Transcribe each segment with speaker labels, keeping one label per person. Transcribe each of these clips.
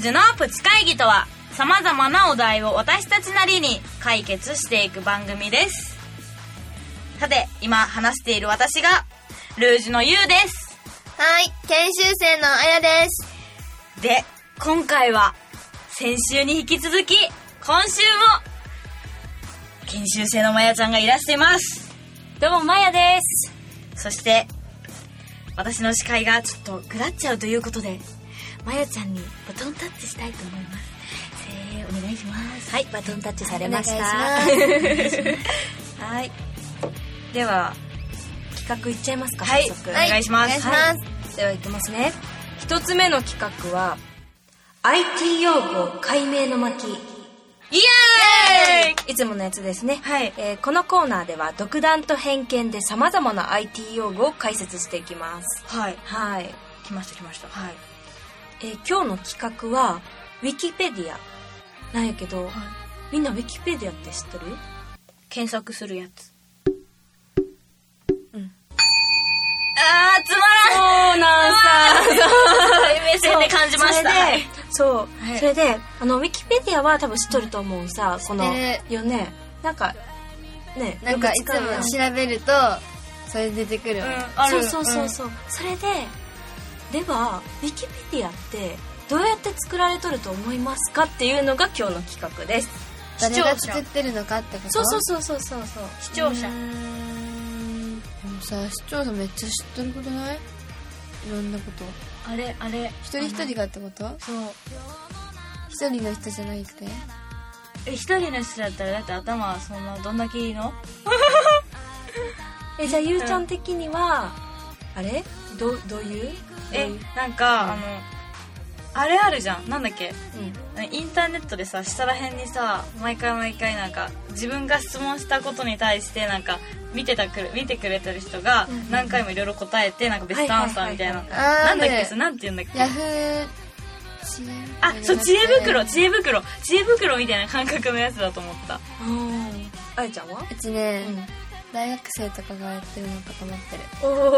Speaker 1: ズのプチ会議とは様々なお題を私たちなりに解決していく番組ですさて今話している私がルージュのゆうです
Speaker 2: はい、研修生のあやです。
Speaker 1: で今回は先週に引き続き今週も研修生のまやちゃんがいらしています
Speaker 3: どうも、まやです。
Speaker 1: そして私の視界がちょっとぐらっちゃうということで
Speaker 3: まやちゃんにバトンタッチしたいと思います。せー、お願いします。はい、バトンタッチされました。
Speaker 2: お願いし
Speaker 3: はい、
Speaker 1: では
Speaker 3: 企画いっちゃいますか、
Speaker 1: はい
Speaker 3: 早速。
Speaker 1: はいお願いします
Speaker 2: お願い
Speaker 3: はい
Speaker 2: し
Speaker 3: では、いきますね。一つ目の企画は、IT 用語解明の巻。
Speaker 1: イエーイ
Speaker 3: いつものやつですね。
Speaker 1: はい
Speaker 3: えーこのコーナーでは、独断と偏見で様々な IT 用語を解説していきます。
Speaker 1: はい
Speaker 3: はい。
Speaker 1: 来ました来ました
Speaker 3: はい、えー今日の企画はウィキペディアなんやけど、みんなウィキペディアって知ってる
Speaker 1: 検索するやつ
Speaker 3: うん
Speaker 1: あーつま
Speaker 3: そうなんさ
Speaker 1: らん目線で感じました
Speaker 3: そうそれで,、
Speaker 1: はい
Speaker 3: それであのウィキペディアは多分知っとると思うさこの
Speaker 2: 知って
Speaker 3: よねなんかね
Speaker 2: ます。なんかい
Speaker 3: よく使う
Speaker 2: つも調べると、それ出てくるわ。
Speaker 1: あ
Speaker 3: そ
Speaker 1: る
Speaker 3: うそうそうそう、それでではウィキペディアってどうやって作られとると思いますかっていうのが今日の企画です
Speaker 2: 誰が作ってるのかってこと
Speaker 3: そうそうそうそうそうそう
Speaker 1: 視聴者
Speaker 2: うーんでもさ、視聴者めっちゃ知っとることないいろんなこと。
Speaker 1: あれあれ
Speaker 2: 一人一人がってこと
Speaker 1: そう
Speaker 2: 一人の人じゃないって
Speaker 1: え一人の人だったらだって頭はそんなどんだけいいの
Speaker 3: えじゃあゆうちゃん的には、あれどどういう
Speaker 1: え
Speaker 3: どういう
Speaker 1: なんかあのあれあるじゃんなんだっけ
Speaker 3: うん
Speaker 1: インターネットでさ下ら辺にさ毎回毎回なんか自分が質問したことに対してなんか見てたくる見てくれてる人が何回もいろいろ答えてなんかベストアンサーみたいな、
Speaker 3: はい
Speaker 2: はいはいはい
Speaker 1: なんだっ
Speaker 2: あーあ
Speaker 1: け
Speaker 2: る
Speaker 1: それなんて言うんだっけ
Speaker 2: ヤフー知恵
Speaker 1: あそう知恵袋知恵袋知恵袋みたいな感覚のやつだと思った
Speaker 3: あやちゃんは
Speaker 2: うちね、大学生とかがやってるのかと思ってる
Speaker 3: お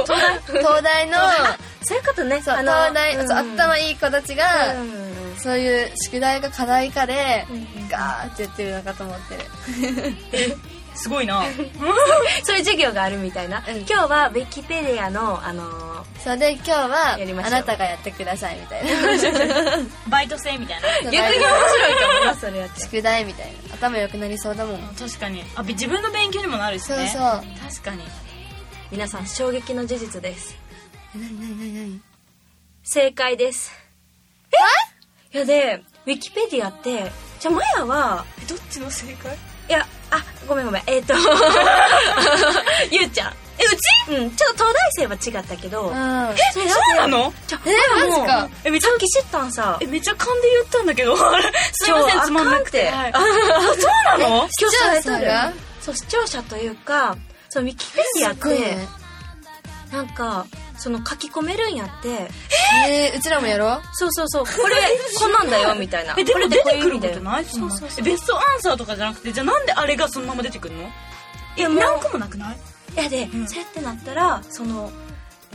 Speaker 3: お
Speaker 2: 東大の
Speaker 3: そういうことね
Speaker 2: そう
Speaker 3: あ
Speaker 2: 東
Speaker 3: の
Speaker 2: 大、
Speaker 3: うん
Speaker 2: そう頭いい子たちが、
Speaker 3: うんうん
Speaker 2: そういう宿題が課題化で、
Speaker 3: うん
Speaker 2: ガーってやってるのかと思ってる
Speaker 1: すごいな
Speaker 3: そういう授業があるみたいな、
Speaker 2: うん
Speaker 3: 今日はウィキペディアのあのー
Speaker 2: それで今日は
Speaker 3: やりましょ
Speaker 2: あ
Speaker 3: う
Speaker 2: なたがやってくださいみたいな
Speaker 1: バイト制みたいな
Speaker 2: 逆
Speaker 3: 逆に面白いかもなそれやって
Speaker 2: 宿題みたいな頭良くなりそうだもん
Speaker 1: 確かにあび自分の勉強にもなるし
Speaker 2: そう
Speaker 1: ね
Speaker 2: そう
Speaker 1: 確かに
Speaker 3: 皆さん衝撃の事実です
Speaker 2: えなになになになに
Speaker 3: 正解ですえいやでウィキペディアってじゃあマヤは
Speaker 1: えどっちの正解
Speaker 3: いやあごめんごめんえっ、と ゆうちゃん
Speaker 1: えうち
Speaker 3: うんちょっと東大生は違ったけど、
Speaker 2: うん
Speaker 3: それ
Speaker 1: そうなの
Speaker 3: じゃあ
Speaker 2: え
Speaker 3: でも
Speaker 2: マジか
Speaker 3: えめっちゃさっき知ったんさ
Speaker 1: えめっちゃ勘で言ったんだけど すいませ
Speaker 3: 超
Speaker 1: んつまんなくて
Speaker 3: あかんって
Speaker 1: あそうなの
Speaker 3: 視聴者
Speaker 2: 視聴者が
Speaker 3: そう視聴者というかそのウィキペディアっ
Speaker 2: すごい
Speaker 3: て
Speaker 2: ね
Speaker 3: なんかその書き込めるんやって
Speaker 2: えーうちらもやろう
Speaker 3: そうそうそうこれこんなんだよみたいな
Speaker 1: えで
Speaker 3: こ
Speaker 1: も
Speaker 3: れ
Speaker 1: 出
Speaker 3: でこう
Speaker 1: て
Speaker 3: い
Speaker 1: く
Speaker 3: う意
Speaker 1: る
Speaker 3: 味
Speaker 1: こ
Speaker 3: だ
Speaker 1: と
Speaker 3: よ
Speaker 1: ないそ
Speaker 3: そうう
Speaker 1: そ
Speaker 3: そうう
Speaker 1: そ
Speaker 3: そうう
Speaker 1: ベストアンサーとかじゃなくてじゃあなんであれがそのまま出てくるの
Speaker 3: いやもう
Speaker 1: 何個もなくない
Speaker 3: いやで、
Speaker 1: ん
Speaker 3: それってなったらその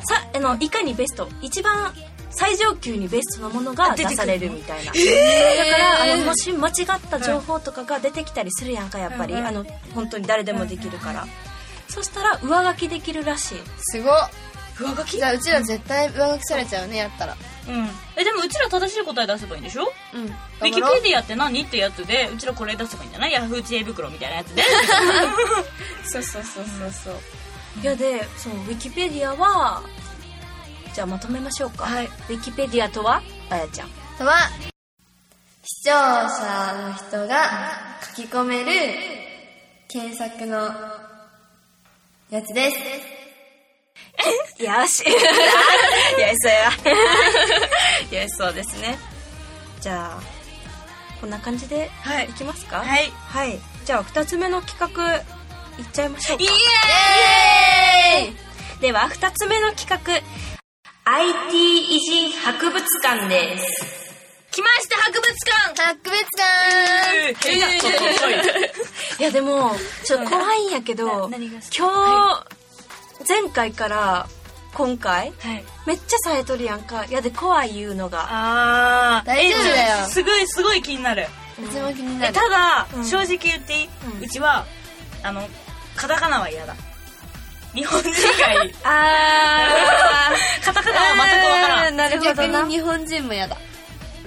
Speaker 3: さあのいかにベスト一番最上級にベストなものが
Speaker 1: 出て
Speaker 3: 出
Speaker 1: くる
Speaker 3: されるみたいな、
Speaker 2: え
Speaker 3: だからあの
Speaker 2: も
Speaker 3: もし間違った情報とかが出てきたりするやんかやっぱり、
Speaker 1: うんうん
Speaker 3: あの本当に誰でもできるから、そしたら上書きできるらしい
Speaker 2: すごっ
Speaker 1: 上書き
Speaker 2: じゃあうちら絶対上書きされちゃうねやったら
Speaker 1: うんえでもうちら正しい答え出せばいいんでしょ
Speaker 2: うんウ
Speaker 1: ウィキペディアって何ってやつでうちらこれ出せばいいんじゃないヤフー知恵袋みたいなやつで
Speaker 2: そうそうそうそうそう
Speaker 3: いやでそのウィキペディアはじゃあまとめましょうか、
Speaker 1: はい
Speaker 3: ウィキペディアとはあやちゃん
Speaker 2: とは視聴者の人が書き込める検索のやつです
Speaker 3: よしよしそうやよしそうですねじゃあこんな感じで
Speaker 1: はい
Speaker 3: きますか、
Speaker 1: はいい
Speaker 3: はい、じゃあ2つ目の企画いっちゃいましょうか
Speaker 1: イエ
Speaker 3: イエーイでは2つ目の企画 IT 偉人博物館です
Speaker 1: 来ました博物館
Speaker 2: 特別感
Speaker 1: えー、えー、ちょっと遅い
Speaker 3: いやで もちょっと怖いんやけど
Speaker 1: な何が
Speaker 3: 今日前回から今回
Speaker 1: はい。
Speaker 3: めっちゃさえとるやんかやで怖い言うのが
Speaker 1: あー。
Speaker 2: 大丈夫だよ
Speaker 1: えすごい、すごい気になる。
Speaker 2: うちも気にな
Speaker 1: え
Speaker 2: る
Speaker 1: ただ、
Speaker 3: うん
Speaker 1: 正直言っていい、
Speaker 3: う
Speaker 1: うんちは、あの、カタカナは嫌だ。日本人が いい。
Speaker 3: あ
Speaker 1: カタカナは全くわからん。
Speaker 3: なるほどな
Speaker 2: 逆に日本人もやだ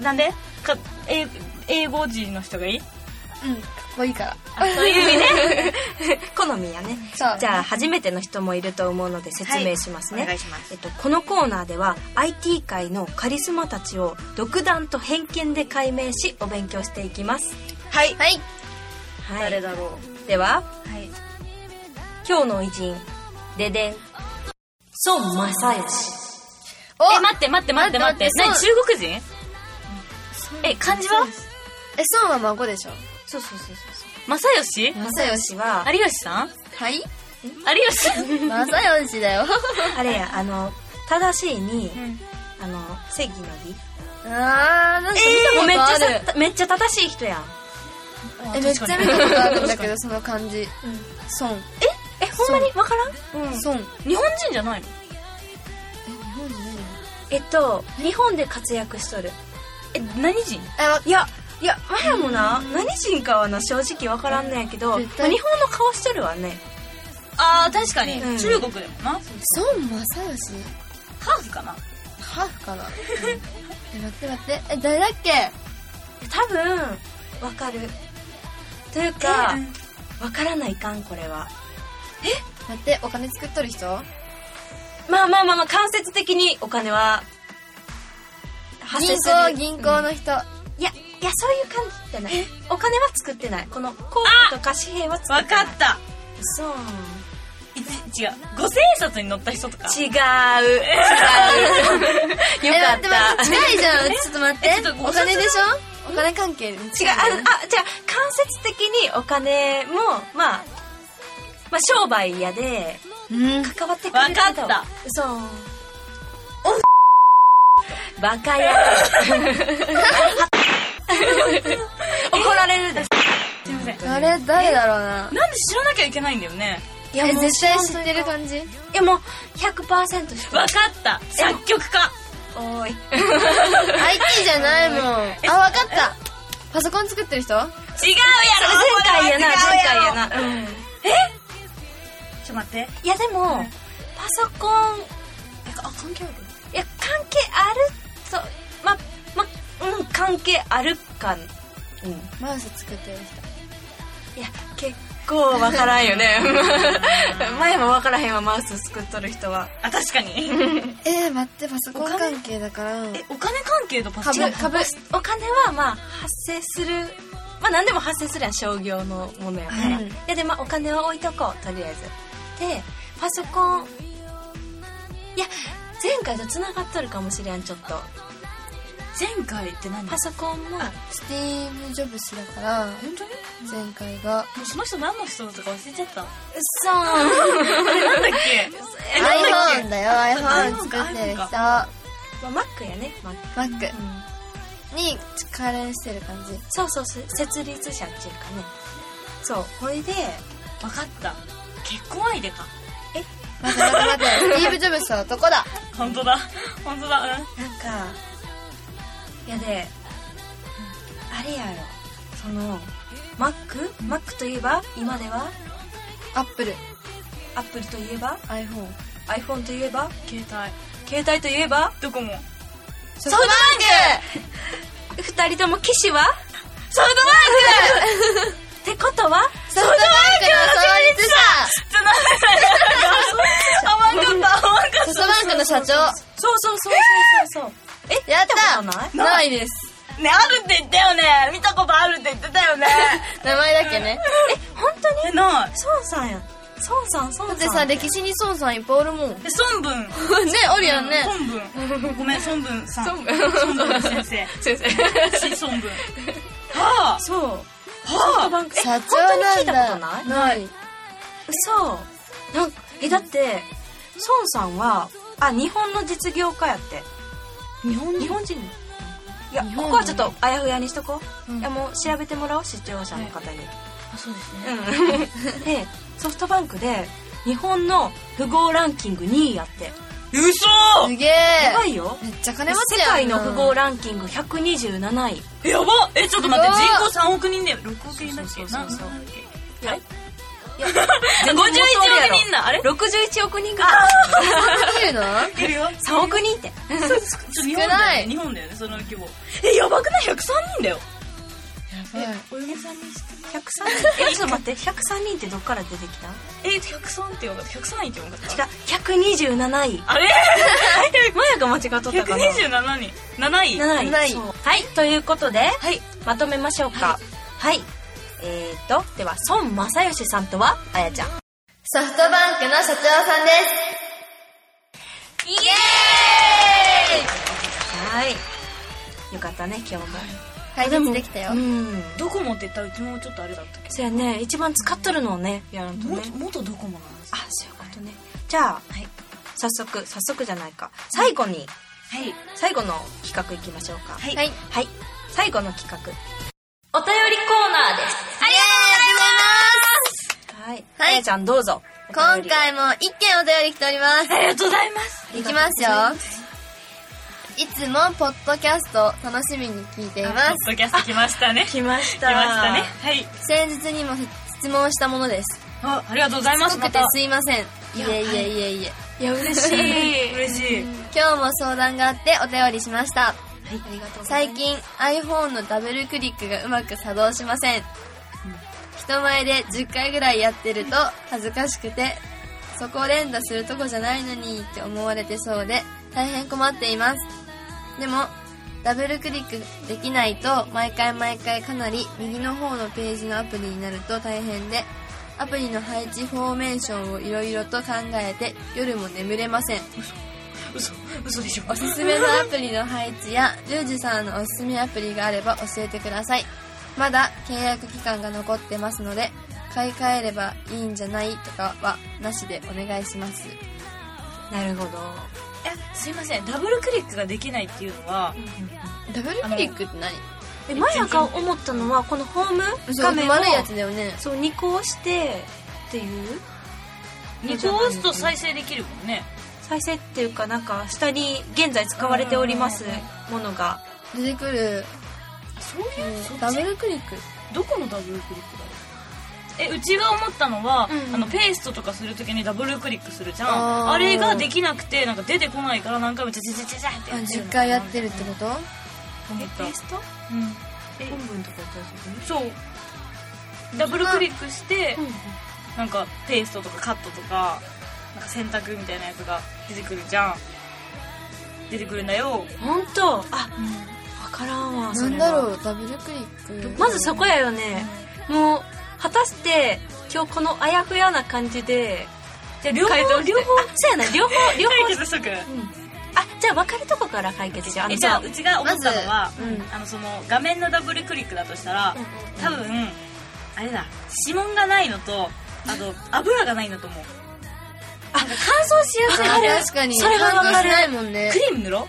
Speaker 1: なんでか英英語人の人がいい
Speaker 2: うんかっこいいから
Speaker 1: あ そういう意味ね。
Speaker 3: 好みやね
Speaker 2: そう
Speaker 3: じゃあ初めての人もいると思うので説明します
Speaker 1: は
Speaker 3: ね、
Speaker 1: いお願いします
Speaker 3: えっと、このコーナーでは IT 界のカリスマたちを独断と偏見で解明しお勉強していきます、
Speaker 1: はい。
Speaker 2: はい
Speaker 3: は
Speaker 1: 誰だろ
Speaker 3: では
Speaker 1: う。はい。
Speaker 3: 今日の偉人ででん孫正義
Speaker 2: お
Speaker 1: え、待って待って待って待って。
Speaker 2: 待
Speaker 1: 何
Speaker 2: って
Speaker 1: 中
Speaker 2: そう
Speaker 1: 国人え、漢字は
Speaker 2: え孫は孫でしょ
Speaker 3: そうそうそうそ
Speaker 1: 正義
Speaker 2: 正義
Speaker 3: うは
Speaker 1: 有吉さん
Speaker 2: はい
Speaker 1: 有吉さん
Speaker 2: 正義だよ
Speaker 3: あれやあの正しいに、
Speaker 1: ん
Speaker 3: あの正義の義
Speaker 2: あーなんか
Speaker 3: もうめ
Speaker 2: 見
Speaker 3: った
Speaker 2: ことあ
Speaker 3: ち
Speaker 2: る
Speaker 3: ゃさめっちゃ正しい人やん
Speaker 2: えめっちゃ見たことあるんだけどその漢字孫
Speaker 1: え、ほんまにわからんう
Speaker 2: 孫
Speaker 1: ん
Speaker 2: 日本
Speaker 1: 日本人じゃないの
Speaker 2: じゃないよ
Speaker 3: えっと日本で活躍しとる
Speaker 1: え、何人
Speaker 2: えわ
Speaker 3: いやいや前もな何人かはな正直わからんねんやけど、まあ、日
Speaker 2: 絶対
Speaker 3: 本の顔しとるわね
Speaker 1: あー、確かに
Speaker 3: うん。
Speaker 1: 中国でもな。
Speaker 2: 孫正義
Speaker 1: ハーフかな
Speaker 2: ハーフかな え待って待ってえ誰だっけ
Speaker 3: 多分わかるというか
Speaker 1: え
Speaker 3: わからないかんこれは
Speaker 2: 待ってお金作っとる人
Speaker 3: まあまあまあまあ間接的にお金は発
Speaker 2: 銀
Speaker 3: 生する
Speaker 2: 行銀行の人
Speaker 3: いやいやそういう感じじゃないお金は作ってないこの硬貨とか紙幣は作
Speaker 1: わ
Speaker 3: ってな
Speaker 1: かっ
Speaker 3: い
Speaker 1: た。
Speaker 3: そう
Speaker 1: いち違う。五千円札に乗った人とか。
Speaker 3: 違う違 うよか
Speaker 2: え
Speaker 3: っ
Speaker 2: 待って待
Speaker 3: た
Speaker 2: って近いじ ゃんちょっと待って
Speaker 1: えちょっと
Speaker 2: お金でしょお金関係違う
Speaker 3: 違うあのあじゃあ間接的にお金もまあまあ商売やで
Speaker 2: うん
Speaker 3: 関わってくれるけど
Speaker 1: わかった
Speaker 3: そうバカや怒られるです
Speaker 1: いません。
Speaker 2: あれ誰だろうな
Speaker 1: なんで知らなきゃいけないんだよね。
Speaker 3: い
Speaker 2: え
Speaker 3: もう
Speaker 2: 絶対知ってる感じ
Speaker 3: いやもう100%知ってる
Speaker 1: わかった。作曲家。
Speaker 3: おい
Speaker 2: IT じゃないもんあわかったパソコン作ってる人
Speaker 1: 違うやろ
Speaker 3: 前回やな前回や。
Speaker 1: これは違うよ
Speaker 3: な、う
Speaker 1: ち
Speaker 3: ん、
Speaker 1: ょっと待って。
Speaker 3: いやでも、パソコン
Speaker 1: えあ、関係ある
Speaker 3: いや関係あるそうままうん関係あるかうん
Speaker 2: マウス作ってる人
Speaker 3: いや結構わからん よね前もわからへんわマウス作っとる人は
Speaker 1: あ、確かに。
Speaker 2: えー、待ってパソコン関係だから
Speaker 1: え、お金関係とパソコン
Speaker 2: 株株
Speaker 3: お金はまあ発生するまあ何でも発生するやん商業のものやから、
Speaker 2: うん
Speaker 3: いやでまあお金は置いとこうとりあえずでパソコンいや前回とつながっとるかもしれんちょっと
Speaker 1: 前回って何
Speaker 3: パソコンも
Speaker 2: スティーブ・ジョブスだから
Speaker 1: 本当に
Speaker 2: 前回が
Speaker 1: もうその人何の人だとか忘れちゃった。
Speaker 3: そう
Speaker 1: なんだっけ え、なんだっ
Speaker 2: iPhone だよ iPhone 作ってる
Speaker 1: iPhone
Speaker 2: 人
Speaker 3: まあ Mac やね Mac
Speaker 2: Mac に関連してる感じ
Speaker 3: そうそうせ設立者っていうかねそうこれで
Speaker 1: けわかった。結婚相手か。
Speaker 2: 待って待 って待ってスティーブ・ジョブスは男だ
Speaker 1: 本当だ。本当だ。うん。
Speaker 3: なんかいやであれやろそのマックマックといえば今では
Speaker 2: アップル
Speaker 3: アップルといえば
Speaker 2: iPhone
Speaker 3: iPhone といえば
Speaker 1: 携帯。
Speaker 3: 携帯といえば
Speaker 1: どこも。
Speaker 2: ソフトバン
Speaker 3: 二人とも騎士は
Speaker 1: ソフトバンク
Speaker 3: ってことは
Speaker 2: クソフトバンクの創立者
Speaker 1: ちょ、なんでだよ。甘かった、甘かった。
Speaker 2: ソフトバンクの社長
Speaker 3: そうそうそうそうそうそうえ
Speaker 2: やっ
Speaker 3: 見たこ
Speaker 2: た
Speaker 3: とない
Speaker 2: ないです
Speaker 1: ね、あるって言ったよね。見たことあるって言ってたよね。
Speaker 2: 名前だけ ね
Speaker 3: 本当に
Speaker 1: え、ない。
Speaker 3: 孫さんや孫さん孫さん
Speaker 2: だってさ歴史に孫さんいっぱいおるもんね
Speaker 1: え、孫文。
Speaker 2: おるやん ね
Speaker 1: 孫 文。ごめん、孫文さん。
Speaker 3: 孫文
Speaker 1: 孫文先生。
Speaker 3: 先生
Speaker 1: 新孫 文。はあ。
Speaker 3: そうソフト
Speaker 1: は
Speaker 3: バンクえ
Speaker 2: 社長
Speaker 3: 本当に
Speaker 2: な
Speaker 3: 聞
Speaker 2: ん
Speaker 3: いたことな
Speaker 2: だ
Speaker 3: い
Speaker 2: ない
Speaker 3: 嘘なんえだって孫さんはあ日本の実業家やって
Speaker 1: あ。日本
Speaker 3: 日本人いや
Speaker 2: 日本
Speaker 3: ここはちょっとあやふやにしとこう、
Speaker 1: うん
Speaker 3: いやもう調べてもらおう視聴者の方に、
Speaker 1: あ、そうですね。
Speaker 3: うんでソフトバンクで日本の富豪ランキング2位やって
Speaker 1: 嘘
Speaker 2: すげえ
Speaker 3: やばいよ
Speaker 2: めっちゃ金持ち
Speaker 3: 世
Speaker 2: やんな
Speaker 3: 界の富豪ランキング127位
Speaker 1: やばえ、ちょっと待って、
Speaker 2: すごい
Speaker 1: 人口3億人だよ。6億人だっけ
Speaker 3: そうそう
Speaker 1: な
Speaker 3: そうそう
Speaker 1: なんだっけ
Speaker 3: や
Speaker 1: 51億人だあれ
Speaker 3: 61億人ぐら
Speaker 2: いいない
Speaker 1: るよ。
Speaker 3: い3億人って
Speaker 1: ちょ日本だよね日本だよね、その規模。え、やばくない ?103 人だよ。
Speaker 2: やばい
Speaker 1: お嫁さんにして
Speaker 3: 103人えちょっと待って103人ってどっから出てきた
Speaker 1: え、103って言わなかった。103位って言わなかった。
Speaker 3: 違う127位
Speaker 1: あれ
Speaker 3: マヤが間違ったかな
Speaker 1: ?127 人。7位。
Speaker 3: 7位
Speaker 2: 7位
Speaker 3: そうはいということで
Speaker 1: はい。
Speaker 3: まとめましょうかはい、えー、とでは孫正義さんとはあやちゃんイ
Speaker 2: ソフトバンクの社長さんで
Speaker 3: エーイはいよかったね今日も
Speaker 2: す解決できたよ
Speaker 3: うん
Speaker 1: ドコモって言ったらうちもちょっとあれだったけ
Speaker 3: そうやね一番使っとるのをねやると
Speaker 1: ど。
Speaker 3: ね
Speaker 1: 元元ドコモなんです。
Speaker 3: あそういうことねじゃあ
Speaker 1: はい。
Speaker 3: 早速早速じゃないか最後に
Speaker 1: はい。
Speaker 3: 最後の企画いきましょうか
Speaker 1: はい
Speaker 2: はい
Speaker 3: はい、最後の企画お便りコーナーです
Speaker 2: ありが
Speaker 3: はい、
Speaker 2: はい
Speaker 3: あやちゃんどうぞ
Speaker 2: とうございます今回も一件お便り来ております
Speaker 1: ありがとうございます。
Speaker 2: いきますよいつもポッドキャストを楽しみに聞いていま
Speaker 1: ポッドキャスト来ましたね。
Speaker 3: 来ました
Speaker 1: 来ましたね。はい。
Speaker 2: す先日にも質問したものです
Speaker 1: あ、ありがとうございます。
Speaker 2: すごくてすいませんいえいえいえいえ
Speaker 3: いや嬉し い
Speaker 1: 嬉しい。
Speaker 2: 今日も相談があってお便りしました
Speaker 3: ありがとうござい
Speaker 2: 最
Speaker 3: ます
Speaker 2: 近 iPhone のダブルクリックがうまく作動しません人前で10回ぐらいやってると恥ずかしくてそこを連打するとこじゃないのにって思われてそうで大変困っていますでもダブルクリックできないと毎回毎回かなり右の方のページのアプリになると大変でアプリの配置フォーメーションをいろいろと考えて夜も眠れません
Speaker 1: 嘘、嘘でしょ。
Speaker 2: おすすめのアプリの配置やルージュさんのおすすめアプリがあれば教えてくださいまだ契約期間が残ってますので買い替えればいいんじゃないとかはなしでお願いします
Speaker 3: なるほど
Speaker 1: え、すいません。ダブルクリックができないっていうのは、
Speaker 2: ダブル
Speaker 1: クリッ
Speaker 2: クって何
Speaker 3: えマヤが思ったのはこのホーム
Speaker 2: 画
Speaker 3: 画面
Speaker 2: 面
Speaker 3: を
Speaker 2: 悪いやつだよね
Speaker 3: そう二個押してっていう
Speaker 1: 二個押すと再生できるもんね。
Speaker 3: 再生っていうかなんか下に現在使われておりますものが
Speaker 2: 出てくる、
Speaker 1: そういう、そっち
Speaker 2: ダブルクリック
Speaker 1: どこのダブルクリックだろうえうちが思ったのは、
Speaker 3: うん
Speaker 1: あのペーストとかするときにダブルクリックするじゃん
Speaker 2: あー
Speaker 1: あれができなくてなんか出てこないから何回もチャチャチャチャチャって
Speaker 2: あ
Speaker 1: やってるの
Speaker 2: 10回やってるってこと
Speaker 1: と思った、
Speaker 3: スト
Speaker 1: うん
Speaker 3: 本文とかってやつね
Speaker 1: そうダブルクリックして、
Speaker 3: うん
Speaker 1: なんかペーストとかカットとかなんか洗濯みたいなやつが出てくるじゃん出てくるんだよ、
Speaker 3: 本当あ分からんわそ
Speaker 2: な
Speaker 3: れ
Speaker 2: ん
Speaker 3: は
Speaker 2: だろうダブルクリック
Speaker 3: まずそこやよね、もう果たして今日このあやふやな感じで
Speaker 1: じゃあ両方
Speaker 3: 回答して
Speaker 1: 両方
Speaker 3: あそうやな両方両方
Speaker 1: 解決しとく
Speaker 3: うんあじゃあ分かるとこから解決しようあ
Speaker 1: え
Speaker 3: の
Speaker 1: じゃあ
Speaker 3: さ
Speaker 1: うちが思ったのは、
Speaker 2: まずうん
Speaker 1: あのその画面のダブルクリックだとしたら、
Speaker 3: うん
Speaker 1: 多分あれだ指紋がないのとあと油がないんだと思う
Speaker 3: あ乾燥しやすい
Speaker 2: あ
Speaker 3: あれ
Speaker 2: 確かに
Speaker 3: それは分
Speaker 2: 感動
Speaker 3: か
Speaker 2: し
Speaker 3: る
Speaker 2: ないもんね
Speaker 1: クリーム塗ろ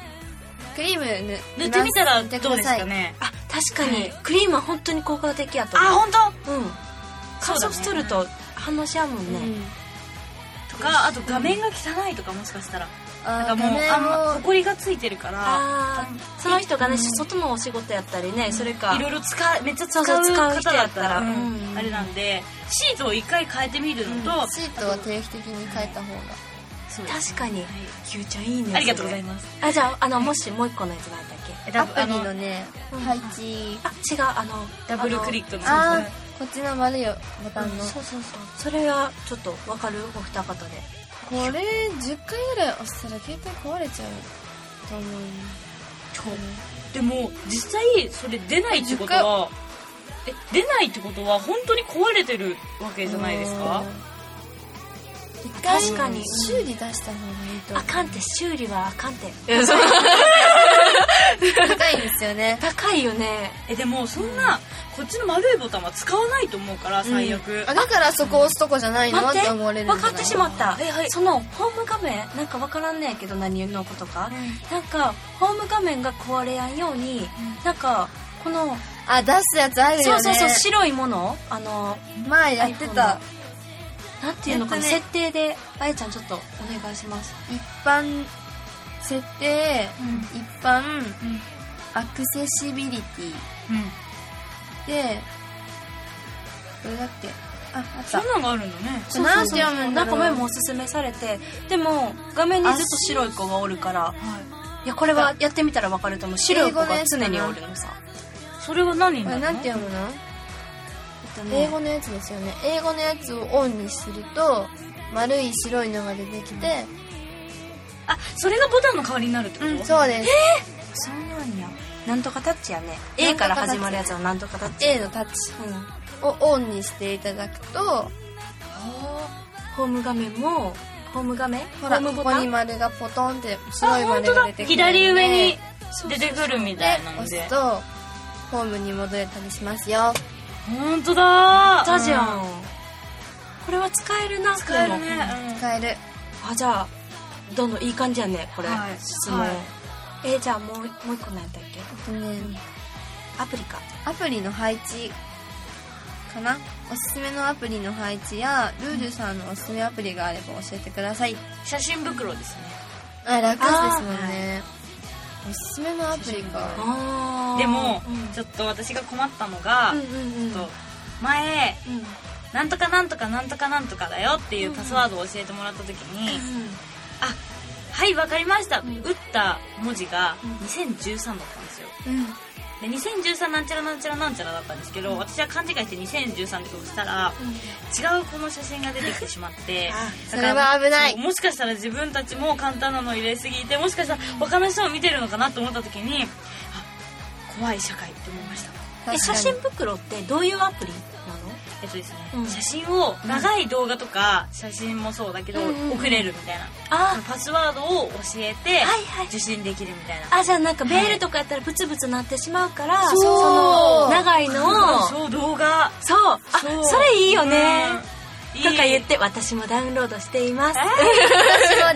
Speaker 2: クリーム塗
Speaker 1: う塗ってみたらどう
Speaker 2: 塗っ
Speaker 1: で
Speaker 2: て
Speaker 1: す
Speaker 2: ください
Speaker 1: かね
Speaker 3: あ確かに、クリームは本当に効果的やと
Speaker 1: あ
Speaker 3: 思う
Speaker 1: 本当
Speaker 3: うん乾燥しとると反応しやんもんね、
Speaker 2: うん
Speaker 1: とかあと画面が汚いとかもしかしたらなんか
Speaker 2: あー
Speaker 1: もう
Speaker 2: 画面
Speaker 1: あんま
Speaker 2: を
Speaker 1: 埃がついてるから
Speaker 3: ああその人がね、外のお仕事やったりね、それか
Speaker 1: いろいろ使うめっちゃ使う
Speaker 3: そうそう使う
Speaker 1: 方
Speaker 3: 人
Speaker 1: だ
Speaker 3: だ
Speaker 1: っ
Speaker 3: ったた
Speaker 1: ら
Speaker 3: ら
Speaker 1: うん
Speaker 3: うん
Speaker 1: あれなんでシートを一回変えてみるのと、
Speaker 2: シートは定期的に変えた方が
Speaker 1: そうです
Speaker 3: 確かに、ゆうちゃんいいね
Speaker 1: ありがとうござい
Speaker 3: ま
Speaker 1: ます
Speaker 3: すあじゃああのもしもう一個のやつがあったっけ
Speaker 1: え
Speaker 2: ア
Speaker 1: だ
Speaker 2: プリのね
Speaker 3: うん
Speaker 2: 配置
Speaker 3: あ違うあの
Speaker 1: ダブルクリックの
Speaker 2: ああこっちの丸いよボタンの、
Speaker 3: そうそうそうそれはちょっとわかるお二方で
Speaker 2: これ10回ぐらい押したら携帯壊れちゃうと思う
Speaker 1: そうでも実際それ出ないってことはえ出ないってことは本当に壊れてるわけじゃないですか
Speaker 2: 一回
Speaker 3: 確かに
Speaker 2: 修理出した方がいいと
Speaker 3: あ
Speaker 2: 思う
Speaker 3: かんて修理はあかんて
Speaker 2: 高いんですよ ね
Speaker 3: 高いよね
Speaker 1: えでもそんなこっちの丸いボタンは使わないと思うから最悪、
Speaker 2: あだからそこ押すとこじゃないの
Speaker 3: 待っ
Speaker 2: っ
Speaker 3: てて
Speaker 2: 思われる
Speaker 3: 分
Speaker 2: んじゃな
Speaker 3: か
Speaker 2: い
Speaker 3: ってしまった、
Speaker 1: はいはい
Speaker 3: そのホーム画面なんか分からんねやけど何のことか、
Speaker 1: ん
Speaker 3: なんかホーム画面が壊れやんように、なんかこの、
Speaker 2: あ出すやつある
Speaker 3: そ
Speaker 2: よ
Speaker 3: う
Speaker 2: ね
Speaker 3: そうそう白いものあの
Speaker 2: 前やってた
Speaker 3: なんていうのかな、
Speaker 2: えっとね
Speaker 3: 設定であやちゃんちょっとお願いします
Speaker 2: 一般設定、
Speaker 1: うん
Speaker 2: 一般
Speaker 1: うん
Speaker 2: アクセシビリテ
Speaker 1: うん
Speaker 2: ィでどれだっけああっ
Speaker 1: そ
Speaker 2: た
Speaker 1: んなのがあるんだね
Speaker 2: そうなんて読むんだ
Speaker 3: なん
Speaker 2: ろ
Speaker 3: か
Speaker 2: う
Speaker 3: 前もおすすめされてでも画面にずっと白い子がおるからいやこれはやってみたらわかると思う白い子が常におるのさ
Speaker 1: それは何に
Speaker 2: こ
Speaker 1: な
Speaker 2: れ
Speaker 1: るの
Speaker 2: なんて読むの
Speaker 3: えっとね
Speaker 2: 英語のやつですよね英語のやつをオンにすると丸い白いのが出てきて
Speaker 1: あそれがボタンの代わりになるってこと、
Speaker 2: そうです
Speaker 3: そうなんやなんとかタッチやね A から始まるやつのなんとかタッチ
Speaker 2: A のタッチ
Speaker 3: うん
Speaker 2: をオンにしていただくと
Speaker 3: ホーム画面もホーム画面
Speaker 2: ほら
Speaker 3: ホーム
Speaker 2: こ
Speaker 3: ボ
Speaker 2: こ
Speaker 3: タ
Speaker 2: に
Speaker 3: ン
Speaker 2: 丸がポトンって白
Speaker 1: あ
Speaker 2: い
Speaker 1: 本
Speaker 2: 丸
Speaker 1: 当
Speaker 2: が
Speaker 1: だ
Speaker 2: 出てくるので
Speaker 1: 左上に
Speaker 3: そう
Speaker 1: 出てくるみ
Speaker 2: で
Speaker 1: たいなの
Speaker 2: 押
Speaker 1: です
Speaker 2: とホームに戻れたりしますよ
Speaker 1: 本当だ
Speaker 3: だじゃ
Speaker 1: うん
Speaker 3: これは使えるな
Speaker 1: 使えるね
Speaker 3: でも、
Speaker 2: 使える
Speaker 3: あじゃあどんどんいい感じやねこれ、
Speaker 1: はい
Speaker 3: 質問、
Speaker 1: はい
Speaker 3: えじゃあもうもう一個何やったっけ
Speaker 2: あとね
Speaker 3: アプリか
Speaker 2: アプリの配置かなおすすめのアプリの配置やルールさんのおすすめアプリがあれば教えてください
Speaker 1: 写真袋ですね
Speaker 2: あ楽
Speaker 3: あ
Speaker 2: です
Speaker 3: ー
Speaker 2: もんねおすすめのアプリか
Speaker 3: あー
Speaker 1: でも、
Speaker 3: うん
Speaker 1: ちょっと私が困ったのが、
Speaker 3: うんうんうん
Speaker 1: ちょっと前
Speaker 3: うん
Speaker 1: なんとかなんとかなんとかなんとかだよっていうパスワードを教えてもらった時に、あはいわかりました、打った文字が2013だったんですよ
Speaker 2: うん
Speaker 1: で2013なんちゃらなんちゃらなんちゃらだったんですけど、私は勘違いして2013って押したら、違うこの写真が出てきてしまって
Speaker 3: あ
Speaker 1: だから
Speaker 2: それは危ない
Speaker 1: そうもしかしたら自分たちも簡単なの入れすぎてもしかしたら他の人も見てるのかなと思った時にあ怖い社会って思いました
Speaker 2: 確か
Speaker 3: え
Speaker 2: に
Speaker 3: 写真袋ってどういうアプリなの
Speaker 1: えっとですね、
Speaker 3: うん
Speaker 1: 写真を長い動画とか写真もそうだけど、
Speaker 2: うんうんうん
Speaker 1: 送れるみたいな
Speaker 3: あ
Speaker 1: パスワードを教えて
Speaker 3: はいはい
Speaker 1: 受信できるみたいな、
Speaker 3: あじゃあなんかベールとかやったらブツブツなってしまうから、
Speaker 2: そ
Speaker 3: の
Speaker 2: う
Speaker 3: 長いのを
Speaker 1: そう動画
Speaker 3: そうあ
Speaker 1: う
Speaker 3: それいいよね、
Speaker 1: うん
Speaker 3: とか
Speaker 1: いい
Speaker 3: 言って私もダウンロードしています
Speaker 2: 私も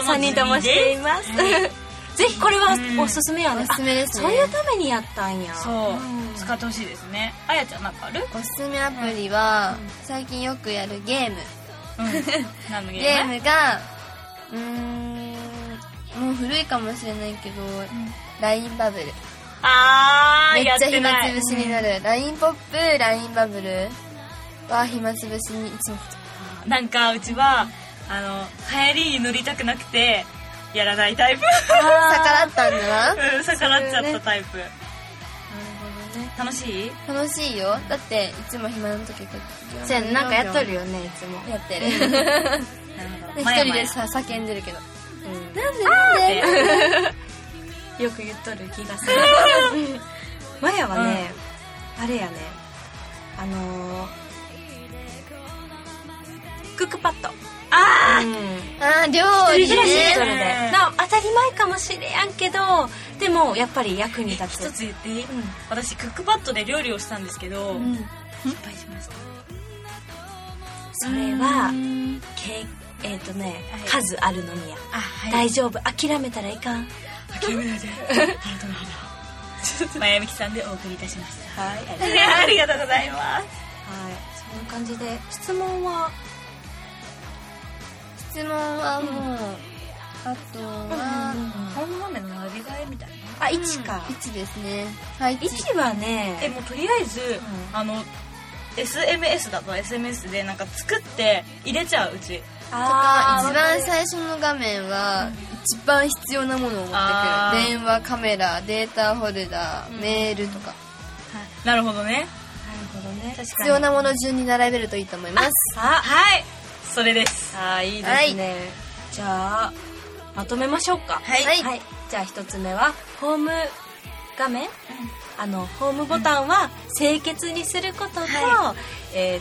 Speaker 1: 3人
Speaker 2: す
Speaker 1: とも
Speaker 3: 3人ともしています ぜひこれは
Speaker 1: うん
Speaker 3: おすすめやね
Speaker 2: おすすめですね
Speaker 3: あそういうためにやったんや
Speaker 1: そう、
Speaker 3: ん
Speaker 1: 使ってほしいですねあやちゃんなんかある、
Speaker 2: おすすめアプリは最近よくやるゲーム
Speaker 1: うん、何のゲ
Speaker 2: ゲ
Speaker 1: ーム
Speaker 2: ームがうーんもう古いかもしれないけど LINE バブル
Speaker 1: あー
Speaker 2: めっ
Speaker 1: やっ
Speaker 2: ちゃ
Speaker 1: て
Speaker 2: 暇
Speaker 1: ない
Speaker 2: つぶしになる LINE ポップ LINE バブルは暇つぶしにいつも
Speaker 1: なんかうちはあの流行りに乗りたくなくてやらないタイプ
Speaker 2: 逆らったんだな
Speaker 1: うん 逆らっちゃったタイプ、
Speaker 3: ね
Speaker 1: 楽しい
Speaker 2: 楽しいよだっていつも暇の時とか
Speaker 3: せんなんかやっとるよねいつも
Speaker 2: やってるで
Speaker 1: なるほど
Speaker 2: 一人でさ叫んでるけどなんで
Speaker 1: 前々やって
Speaker 3: よく言っとる気 がするマヤはね、あれやねあのークックパッドああ、うん
Speaker 2: あー料
Speaker 3: 一
Speaker 2: 理
Speaker 3: 人暮らししとるで、
Speaker 1: ね
Speaker 3: な当たり前かもしれやんけどでもやっぱり役に立つ
Speaker 1: 一つ言っていい、
Speaker 3: うん
Speaker 1: 私クックパッドで料理をしたんですけど、
Speaker 2: うん
Speaker 1: 失敗しました
Speaker 3: それは
Speaker 1: うん
Speaker 3: けえっ、とね、
Speaker 1: はい
Speaker 3: 数あるのにや
Speaker 1: あはい
Speaker 3: 大丈夫諦めたらいかん
Speaker 1: 諦めないで本当にまやみきさんでお送りいたしまし
Speaker 3: はいはい
Speaker 1: たありがとうございます
Speaker 3: そんな感じで質問は
Speaker 2: 質問はもう、あとは、
Speaker 1: ホーム画面のやりがいみたいな
Speaker 3: あ一か、
Speaker 2: 1ですね配置
Speaker 3: 一は
Speaker 1: え
Speaker 3: ね
Speaker 1: もうとりあえず、
Speaker 3: ん
Speaker 1: あの SMS だと SMS でなんか作って入れちゃううち
Speaker 3: あー
Speaker 2: 一番最初の画面は一番必要なものを持ってくる
Speaker 1: あー
Speaker 2: 電話カメラデータホルダー、メールとか
Speaker 1: なるほどね
Speaker 3: なるほどね
Speaker 1: 確
Speaker 2: 必要なもの順に並べるといいと思います
Speaker 3: あ
Speaker 1: はいそれです
Speaker 3: あいいですね、じゃあまとめましょうか
Speaker 1: はい
Speaker 2: はい
Speaker 3: はい、じゃあ一つ目はホーム画面、あのホームボタンは清潔にすることと、
Speaker 1: は
Speaker 3: えっ、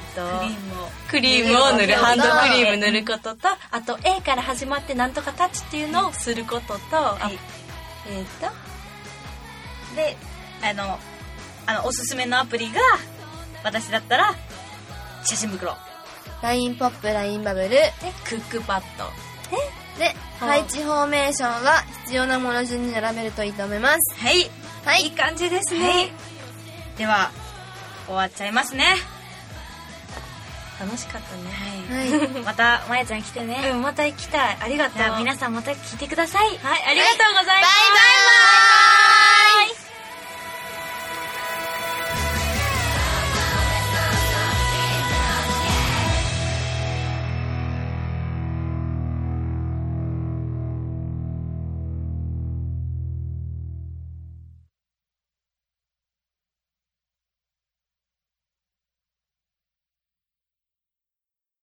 Speaker 1: クリームを
Speaker 3: とクリームを塗
Speaker 2: クリ
Speaker 3: る
Speaker 2: ームを
Speaker 3: ハンドクリー
Speaker 1: うん
Speaker 3: ム塗ることとあと A から始まってなんとかタッチっていうのをすることと、あ
Speaker 1: はい
Speaker 3: えっ、と
Speaker 1: であのあのおすすめのアプリが私だったら写真袋
Speaker 2: LINE ポップ LINE バブルで
Speaker 3: でクックパッドあー
Speaker 2: 配置フォーメーションは必要なもの順に並べるといいと思います
Speaker 1: はい
Speaker 2: はいいい感じです
Speaker 1: はいでは終わっちゃいますね楽しかったね
Speaker 2: はい。
Speaker 3: またまやちゃん来てね、
Speaker 1: うん、また行きたい。ありがとう。
Speaker 3: じゃあ皆さんまた聞いてくださいはいありがとうございます、
Speaker 2: バイバイ